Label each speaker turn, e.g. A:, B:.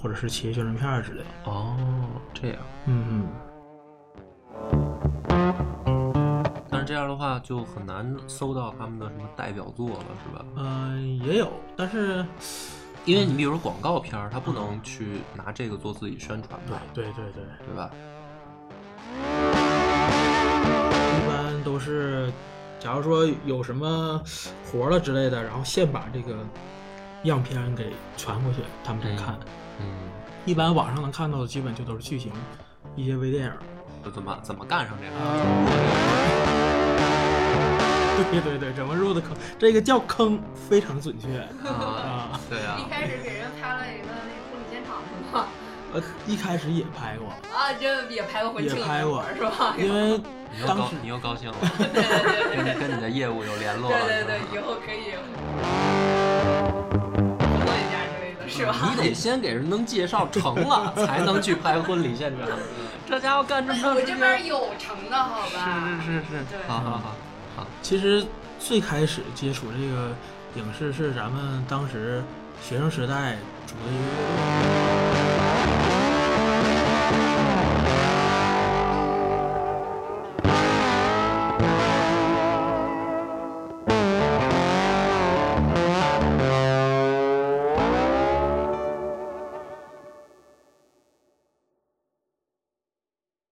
A: 或者是企业宣传片儿之类的。
B: 哦，这样。
A: 嗯
B: 但是这样的话就很难搜到他们的什么代表作了，是吧？
A: 嗯，呃，也有，但是
B: 因为你比如说广告片儿，它不能去拿这个做自己宣传
A: 对
B: 嘛，
A: 对对对，
B: 对吧？
A: 一般都是，假如说有什么活儿了之类的，然后先把这个样片给传过去，他们再看。
B: 嗯，
A: 一般网上能看到的，基本就都是剧情，一些微电影儿。
B: 就怎么怎么干上这个？
A: 对对对，怎么入的坑？这个叫坑，非常准确
B: 啊，
A: 啊。
B: 对啊
C: 一，开始给人拍了一个那个婚礼现场是吗？
A: 呃，一开始也拍过，
C: 啊，这也拍过婚庆
A: 也
C: 的
A: 拍
C: 那
A: 过
C: 会儿是 吧？
A: 因为
B: 你又
A: 当
B: 高
A: 时，
B: 你又高 兴了，
C: 对对对
B: 跟你跟你的业务有联络了，
C: 对对对
B: 是吧，
C: 以后可以合作一下之类的，是吧？
B: 你得先给人能介绍成了，才能去拍婚礼现场。 这家伙干这么长
C: 我
B: 时
C: 这
B: 间，
C: 边有成的好吧？
B: 嗯 是是是是，
C: 对
B: 好好好，
A: 其实最开始接触这个影视是咱们当时学生时代组的一个乐队，